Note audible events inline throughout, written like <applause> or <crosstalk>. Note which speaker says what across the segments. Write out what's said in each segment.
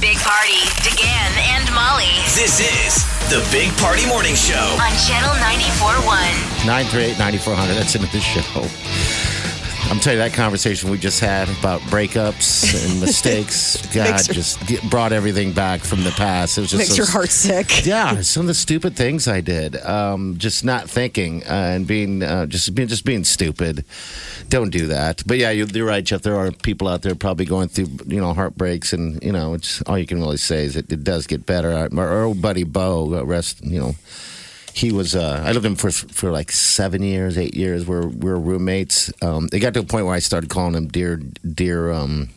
Speaker 1: Big Party, DeGan and Molly
Speaker 2: This is the Big Party Morning Show.
Speaker 1: on Channel 94.1.
Speaker 3: 938 9400. That's into the show. I'm telling you, that conversation we just had about breakups
Speaker 4: <laughs>
Speaker 3: and mistakes, God, just get- brought everything back from the past. It was just
Speaker 4: Makes
Speaker 3: so-
Speaker 4: your heart sick.
Speaker 3: Yeah, some of the stupid things I did, um, just not thinking uh, and being uh, just being just being stupid. Don't do that. But yeah, you're, you're right, Jeff. There are people out there probably going through you know heartbreaks, and you know it's all you can really say is it, it does get better. Our, our old buddy Bo, uh, rest you know. He was. Uh, I lived with him for for like seven years, eight years. We're we're roommates. Um, it got to a point where I started calling him dear dear um,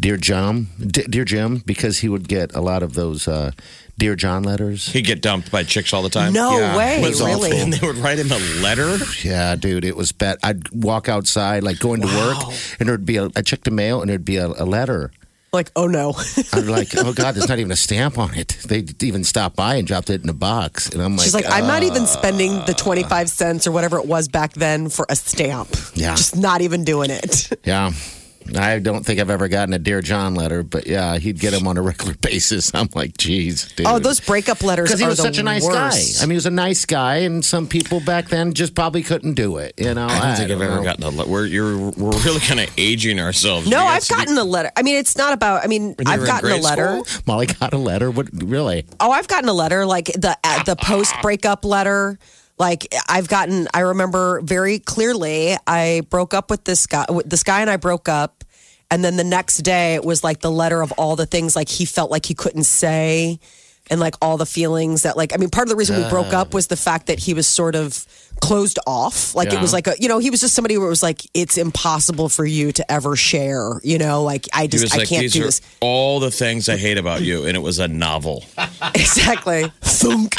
Speaker 3: dear John, D- dear Jim, because he would get a lot of those uh, dear John letters.
Speaker 5: He'd get dumped by chicks all the time.
Speaker 4: No way,
Speaker 5: Was awful.
Speaker 4: really.
Speaker 5: <laughs> And they would write him a letter.
Speaker 3: <laughs> Yeah, dude, it was bad. I'd walk outside, like going to work, and there'd be a, I checked the mail, and there'd be a, a letter.
Speaker 4: Like, oh no.
Speaker 3: I'm like, oh god, there's not even a stamp on it. They even stopped by and dropped it in a box, and I'm like,
Speaker 4: She's like, I'm not even spending the 25 cents or whatever it was back then for a stamp.
Speaker 3: Yeah.
Speaker 4: Just not even doing it.
Speaker 3: yeah. I don't think I've ever gotten a dear John letter, but yeah, he'd get them on a regular <laughs> basis. I'm like, jeez, dude.
Speaker 4: Oh, those breakup letters
Speaker 3: because he
Speaker 4: are
Speaker 3: was
Speaker 4: the
Speaker 3: such a nice
Speaker 4: worst.
Speaker 3: guy. I mean, he was a nice guy, and some people back then just probably couldn't do it. You know,
Speaker 5: I don't think I've ever
Speaker 3: know.
Speaker 5: gotten a letter. We're, you're, we're really kind of aging ourselves.
Speaker 4: no,
Speaker 5: You
Speaker 4: I've
Speaker 5: guys-
Speaker 4: gotten a letter. I mean, it's not about. I mean,
Speaker 5: When you
Speaker 4: I've
Speaker 5: were in
Speaker 4: gotten a
Speaker 5: grade
Speaker 4: letter.
Speaker 5: school?
Speaker 3: Molly got a letter. What really?
Speaker 4: Oh, I've gotten a letter like the uh, the post breakup letter. Like I've gotten, I remember very clearly. I broke up with this guy. with This guy and I broke up, and then the next day it was like the letter of all the things like he felt like he couldn't say, and like all the feelings that like I mean, part of the reason we broke up was the fact that he was sort of closed off. Like it was
Speaker 3: Yeah.
Speaker 4: like a you know he was just somebody where it was like it's impossible for you to ever share. You know, like I
Speaker 5: He
Speaker 4: just
Speaker 5: was
Speaker 4: I
Speaker 5: like,
Speaker 4: can't
Speaker 5: these
Speaker 4: do
Speaker 5: are
Speaker 4: this <laughs>
Speaker 5: all the things I hate about you. And it was a novel. <laughs>
Speaker 4: exactly. Thunk.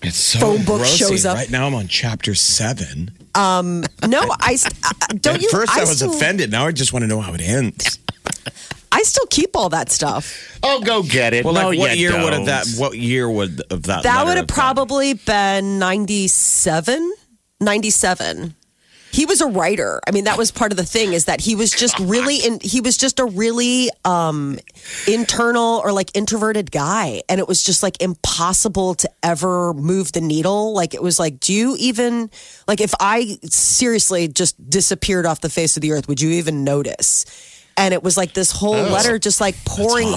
Speaker 5: It's so
Speaker 4: Phone book
Speaker 5: engrossing.
Speaker 4: shows up.
Speaker 5: Right now I'm on chapter seven.
Speaker 4: No, I, st- I- don't.
Speaker 5: At
Speaker 4: you,
Speaker 5: first I, was
Speaker 4: still,
Speaker 5: offended. Now I just want to know how it ends.
Speaker 4: I still keep all that stuff.
Speaker 3: Oh, go get it.
Speaker 5: Well, like
Speaker 3: No,
Speaker 5: what
Speaker 3: you
Speaker 5: year would
Speaker 3: don't.
Speaker 5: have that? What year would of
Speaker 4: That
Speaker 5: that? letter
Speaker 4: would have
Speaker 5: been?
Speaker 4: probably been 97? 97. He was a writer. I mean, that was part of the thing is that he was just really in, he was just a really um internal or like introverted guy and it was just like impossible to ever move the needle. Like it was like do you even like if I seriously just disappeared off the face of the earth, would you even notice? And it was like this whole
Speaker 5: Oh.
Speaker 4: letter just like pouring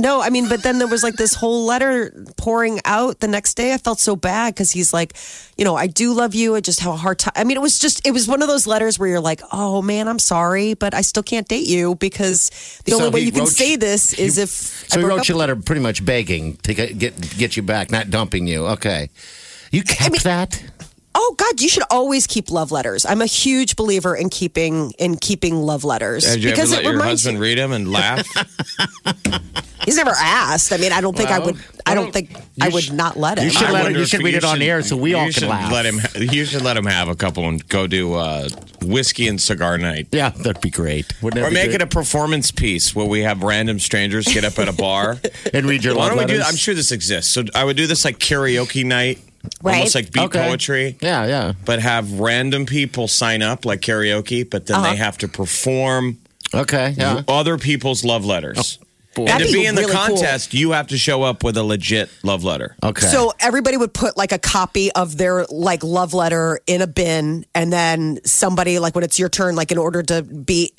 Speaker 4: No, I mean, but then there was like this whole letter pouring out the next day. I felt so bad because he's like, you know, I do love you. I just have a hard time. I mean, it was just, it was one of those letters where you're like, oh man, I'm sorry, but I still can't date you because the
Speaker 3: So
Speaker 4: only way
Speaker 3: he
Speaker 4: you can
Speaker 3: wrote
Speaker 4: say
Speaker 3: you-
Speaker 4: this is if.
Speaker 3: So he
Speaker 4: I broke
Speaker 3: wrote
Speaker 4: up
Speaker 3: you a letter pretty much begging to get get, get you back, not dumping you. Okay. You kept that?
Speaker 4: Oh God, you should always keep love letters. I'm a huge believer in keeping in keeping love letters
Speaker 5: Did you ever
Speaker 4: because
Speaker 5: let
Speaker 4: it
Speaker 5: your
Speaker 4: reminds
Speaker 5: husband read him and laugh?
Speaker 4: you. He's never asked. I mean, I don't think I
Speaker 3: Well,
Speaker 4: would. I don't think I would not let
Speaker 3: you
Speaker 4: him.
Speaker 3: should
Speaker 5: I
Speaker 3: let it-
Speaker 5: wonder
Speaker 3: you
Speaker 5: if
Speaker 3: should read it on air so we
Speaker 5: you
Speaker 3: all can
Speaker 5: should
Speaker 3: laugh.
Speaker 5: Let him. You should let him have a couple and go do uh, whiskey and cigar night,
Speaker 3: Yeah, that'd be great. Wouldn't
Speaker 5: or
Speaker 3: be
Speaker 5: make it
Speaker 3: great?
Speaker 5: a performance piece where we have random strangers get up at a
Speaker 3: <laughs>
Speaker 5: bar.
Speaker 3: and read your
Speaker 5: Why
Speaker 3: love
Speaker 5: don't we do?
Speaker 3: letters.
Speaker 5: I'm sure this exists. So I would do this like karaoke night,
Speaker 4: Right.
Speaker 5: almost like beat
Speaker 3: Okay.
Speaker 5: poetry.
Speaker 3: Yeah, yeah.
Speaker 5: But have random people sign up like karaoke, but then
Speaker 4: Uh-huh.
Speaker 5: they have to perform
Speaker 3: Okay, yeah. Oh,
Speaker 5: other people's love letters. and to
Speaker 4: That'd
Speaker 5: be,
Speaker 4: be
Speaker 5: in the
Speaker 4: really cool.
Speaker 5: contest, you have to show up with a legit love letter.
Speaker 3: Okay.
Speaker 4: So everybody would put like a copy of their like love letter in a bin, and then somebody like when it's your turn, like in order to be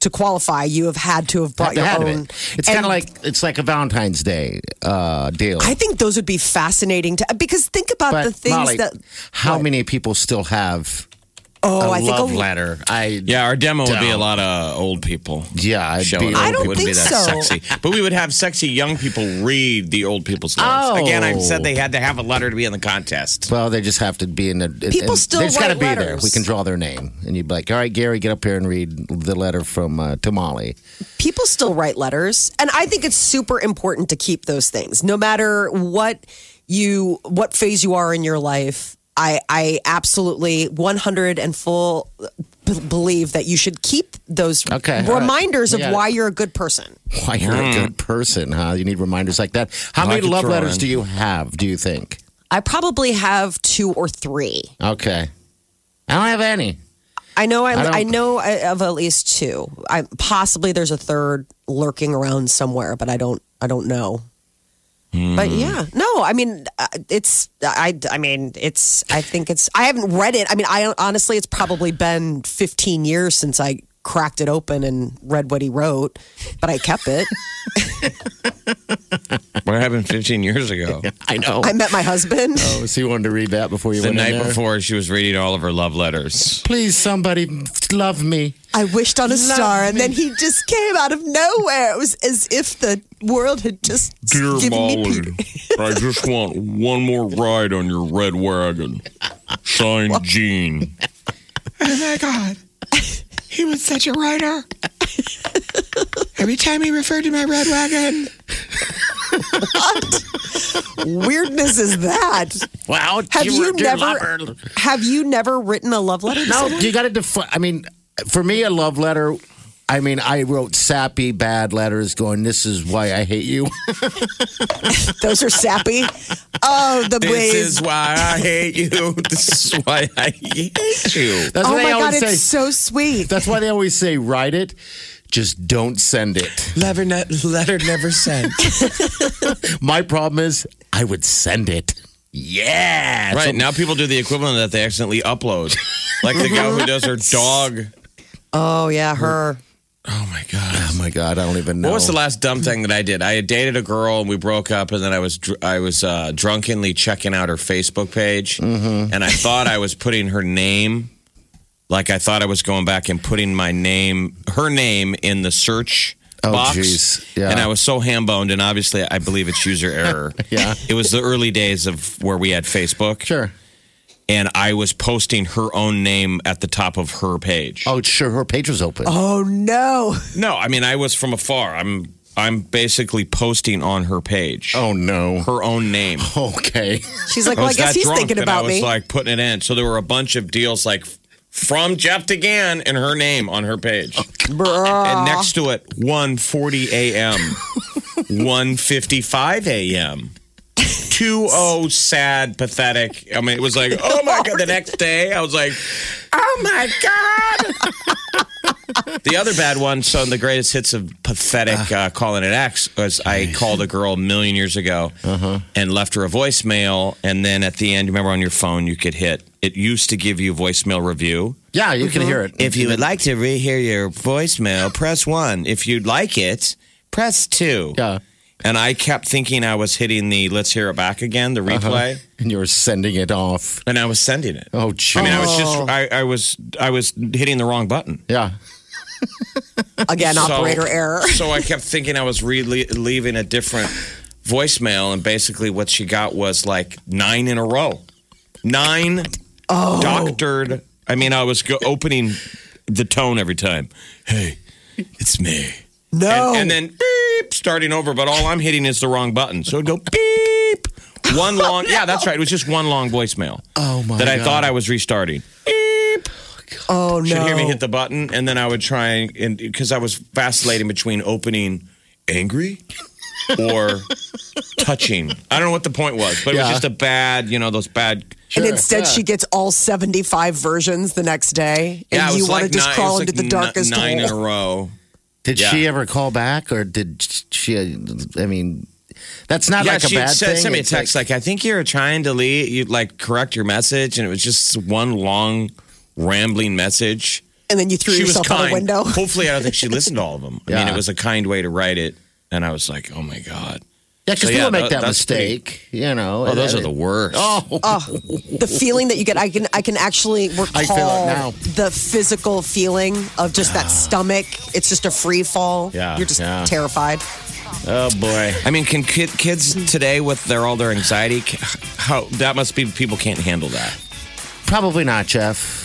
Speaker 4: to qualify, you have had to have brought
Speaker 3: Have to
Speaker 4: your
Speaker 3: have
Speaker 4: own.
Speaker 3: it. It's kind
Speaker 4: And
Speaker 3: of like it's like a Valentine's Day uh, deal.
Speaker 4: I think those would be fascinating to because think about
Speaker 3: but
Speaker 4: the things
Speaker 3: Molly,
Speaker 4: that
Speaker 3: how
Speaker 4: what?
Speaker 3: many people still have
Speaker 4: Oh, I
Speaker 3: I
Speaker 4: think
Speaker 3: love
Speaker 4: a-
Speaker 3: letter. I
Speaker 5: Yeah, our demo would be a
Speaker 3: Don't.
Speaker 5: lot of old people.
Speaker 3: Yeah, I'd
Speaker 5: showing
Speaker 3: be-
Speaker 5: up.
Speaker 3: I
Speaker 4: don't
Speaker 5: it wouldn't be
Speaker 4: think
Speaker 5: that
Speaker 4: so.
Speaker 5: sexy. But we would have sexy young people read the old people's letters.
Speaker 3: Oh.
Speaker 5: Again, I said they had to have a letter to be in the contest.
Speaker 3: Well, they just have to be in the.
Speaker 4: People
Speaker 3: and
Speaker 4: still
Speaker 3: They just gotta
Speaker 4: write
Speaker 3: be there.
Speaker 4: letters.
Speaker 3: We can draw their name, and you'd be like, "All right, Gary, get up here and read the letter from uh, to Molly." <laughs>
Speaker 4: people still write letters and i think it's super important to keep those things no matter what you what phase you are in your life i i absolutely 100 and full b- believe that you should keep those
Speaker 3: Okay, all right.
Speaker 4: reminders
Speaker 3: We got
Speaker 4: of
Speaker 3: it.
Speaker 4: why you're a good person
Speaker 3: Why you're a good person, huh? You need reminders like that. How
Speaker 5: Hmm. I
Speaker 3: many
Speaker 5: like a
Speaker 3: love letters
Speaker 5: drawing.
Speaker 3: do you have? Do you think?
Speaker 4: i probably have two or three
Speaker 3: Okay, I don't have any.
Speaker 4: i know i,
Speaker 3: I don't-
Speaker 4: I, know I- of at least two i possibly there's a third lurking around somewhere but i don't i don't know But
Speaker 3: Hmm.
Speaker 4: yeah, no, I mean, uh, it's, I, I mean, it's, I think it's, I haven't read it. I mean, I honestly, it's probably been 15 years since I cracked it open and read what he wrote, but I kept it.
Speaker 5: <laughs> What happened 15 years ago?
Speaker 3: I know.
Speaker 4: I met my husband.
Speaker 3: <laughs> Oh, so you wanted to read that before you
Speaker 5: <laughs> The
Speaker 3: went in
Speaker 5: night
Speaker 3: there?
Speaker 5: before, she was reading all of her love letters.
Speaker 3: Please, somebody love me.
Speaker 4: I wished on a star and then he just came out of nowhere. It was as if the world had just given me Peter.
Speaker 5: I just want one more ride on your red wagon. Signed, Gene.
Speaker 6: Oh my God. He was such a writer. Every time he referred to my red wagon,
Speaker 4: Weirdness is that.
Speaker 3: Wow,
Speaker 4: Have you,
Speaker 3: Oh, were-
Speaker 4: never,
Speaker 3: lover.
Speaker 4: have you never written a love letter? to
Speaker 3: No,
Speaker 4: someone?
Speaker 3: you got to define. I mean, for me, a love letter. I mean, I wrote sappy, bad letters going, this is why I hate you.
Speaker 4: <laughs>
Speaker 3: <laughs>
Speaker 4: Those are sappy. Oh, the
Speaker 5: This
Speaker 4: ways.
Speaker 5: is why I hate you. This is why I hate you.
Speaker 3: That's
Speaker 4: Oh
Speaker 3: what
Speaker 4: my
Speaker 3: they
Speaker 4: God,
Speaker 3: always
Speaker 4: it's
Speaker 3: say.
Speaker 4: so sweet.
Speaker 3: That's why they always say, write it, just don't
Speaker 7: <laughs>
Speaker 3: send it.
Speaker 5: Letter, ne- letter never sent.
Speaker 3: My problem is, I would send it. Yeah.
Speaker 5: Right
Speaker 3: So-
Speaker 5: now, people do the equivalent of that they accidentally
Speaker 3: <laughs>
Speaker 5: upload, like the guy who does her dog.
Speaker 4: Oh, yeah, her.
Speaker 5: Oh my god!
Speaker 3: Oh my God, I don't even know.
Speaker 5: What was the last dumb thing that I did? I had dated a girl and we broke up, and then I was dr- I was uh, drunkenly checking out her Facebook page,
Speaker 3: Mm-hmm.
Speaker 5: and I thought I was putting her name, like I thought I was going back and putting my name, her name, in the search.
Speaker 3: Oh,
Speaker 5: box.
Speaker 3: geez. Yeah.
Speaker 5: And I was so ham boned, and obviously, I believe it's user error.
Speaker 3: <laughs> Yeah.
Speaker 5: It was the early days of where we had Facebook.
Speaker 3: Sure.
Speaker 5: And I was posting her own name at the top of her page.
Speaker 3: Oh, sure. Her page was open.
Speaker 4: Oh, no.
Speaker 5: No, I mean I was from afar. I'm I'm basically posting on her page.
Speaker 3: Oh, no.
Speaker 5: Her own name.
Speaker 3: Okay. <laughs>
Speaker 4: She's like, well, I
Speaker 5: was
Speaker 4: guess
Speaker 5: that
Speaker 4: he's
Speaker 5: drunk
Speaker 4: thinking
Speaker 5: that
Speaker 4: about
Speaker 5: I was
Speaker 4: me.
Speaker 5: like putting it in. So there were a bunch of deals like from Jeff DeGan and her name on her page.
Speaker 4: Oh,
Speaker 5: And next to it, 1.40 a.m., 1.55 a.m., 2.0 oh, sad, pathetic. I mean, it was like, oh my God. The next day, I was like, oh my God. the other bad one, so in the greatest hits of pathetic uh, calling it X, was I called a girl a million years ago and left her a voicemail. And then at the end, you remember on your phone, you could hit, it used to give you voicemail review.
Speaker 3: Yeah, you can hear it.
Speaker 5: If you would like to rehear your voicemail, press one. If you'd like it, press two.
Speaker 3: Yeah.
Speaker 5: And I kept thinking I was hitting the let's hear it back again, the
Speaker 3: Uh-huh.
Speaker 5: replay,
Speaker 3: And you're sending it off.
Speaker 5: and I was sending it.
Speaker 3: Oh, geez.
Speaker 5: I mean, I was just I, I was I was hitting the wrong button.
Speaker 3: Yeah.
Speaker 4: Again,
Speaker 5: So-
Speaker 4: operator
Speaker 5: <laughs>
Speaker 4: error.
Speaker 5: so I kept thinking I was re- le- leaving a different voicemail, and basically what she got was like nine in a row, nine doctored. I mean, I was go- opening the tone every time. Hey, it's me.
Speaker 4: No.
Speaker 5: And, and then beep, starting over. But all I'm hitting is the wrong button. So it'd go beep. One long, yeah, that's right. It was just one long voicemail. Oh
Speaker 3: my
Speaker 5: That I
Speaker 3: God.
Speaker 5: thought I was restarting. Beep.
Speaker 4: oh, no.
Speaker 5: Should hear me hit the button, and then I would try and because I was vacillating between opening angry or touching. I don't know what the point was, but it was
Speaker 3: Yeah.
Speaker 5: just a bad, you know, those bad.
Speaker 4: and instead,
Speaker 3: yeah.
Speaker 4: she gets all 75 versions the next day. And
Speaker 5: Yeah, it
Speaker 4: you
Speaker 5: was
Speaker 4: want
Speaker 5: like
Speaker 4: to just
Speaker 5: nine- it
Speaker 4: crawl
Speaker 5: was
Speaker 4: into
Speaker 5: like
Speaker 4: the
Speaker 5: n-
Speaker 4: darkest
Speaker 5: nine in a
Speaker 4: hole.
Speaker 5: row.
Speaker 3: Did
Speaker 5: Yeah.
Speaker 3: she ever call back or did she? I mean, that's not
Speaker 5: yeah,
Speaker 3: like a
Speaker 5: she had
Speaker 3: bad
Speaker 5: sent,
Speaker 3: thing.
Speaker 5: sent me a
Speaker 3: It's
Speaker 5: text like, I think you're trying to leave, you like correct your message, and it was just one long rambling message.
Speaker 4: And then you threw
Speaker 5: she was
Speaker 4: yourself out
Speaker 5: kind.
Speaker 4: a window. <laughs>
Speaker 5: Hopefully, I don't think she listened to all of them. I mean,
Speaker 3: Yeah.
Speaker 5: it was a kind way to write it, and I was like, oh my god.
Speaker 3: Yeah, because
Speaker 5: So,
Speaker 3: people
Speaker 5: yeah,
Speaker 3: make
Speaker 5: tha-
Speaker 3: that,
Speaker 5: that's
Speaker 3: mistake, you know.
Speaker 5: Oh, those
Speaker 3: And-
Speaker 5: are the worst.
Speaker 3: Oh,
Speaker 4: Oh, the feeling that you get. I can I can actually recall
Speaker 3: I feel it now.
Speaker 4: the physical feeling of just that stomach. It's just a free fall.
Speaker 5: Yeah,
Speaker 4: You're just
Speaker 5: yeah.
Speaker 4: terrified.
Speaker 3: oh boy.
Speaker 5: I mean, can kid, kids today with their all their anxiety? c- How that must be people can't handle that.
Speaker 3: Probably not, Jeff.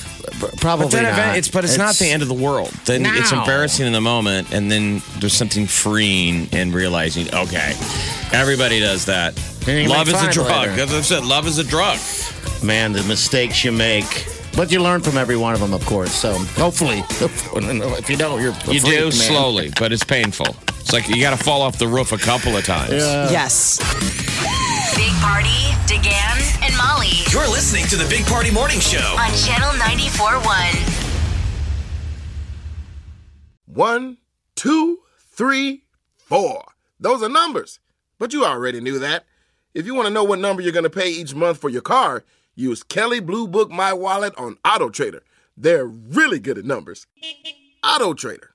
Speaker 3: Probably
Speaker 5: But then
Speaker 3: not.
Speaker 5: event- it's but it's, not the end of the world. Then it's
Speaker 3: No.
Speaker 5: embarrassing in the moment, and then there's something freeing in realizing, okay, everybody does that.
Speaker 3: Then you
Speaker 5: Love
Speaker 3: make
Speaker 5: is a
Speaker 3: fun of it
Speaker 5: drug.
Speaker 3: later.
Speaker 5: As I said, love is a drug.
Speaker 3: man, the mistakes you make. But you learn from every one of them, of course. So hopefully, <laughs> if you don't, you're a
Speaker 5: You
Speaker 3: freak,
Speaker 5: do
Speaker 3: man.
Speaker 5: slowly, but it's painful. It's like you got to fall off the roof a couple of times.
Speaker 3: Uh,
Speaker 4: yes.
Speaker 1: Big Party, DeGan and Molly
Speaker 2: You're listening to the Big Party Morning Show.
Speaker 1: on Channel 94.1.
Speaker 7: One, two, three, four. Those are numbers. But you already knew that. If you want to know what number you're going to pay each month for your car, use Kelly Blue Book My Wallet on Auto Trader. They're really good at numbers. Auto Trader.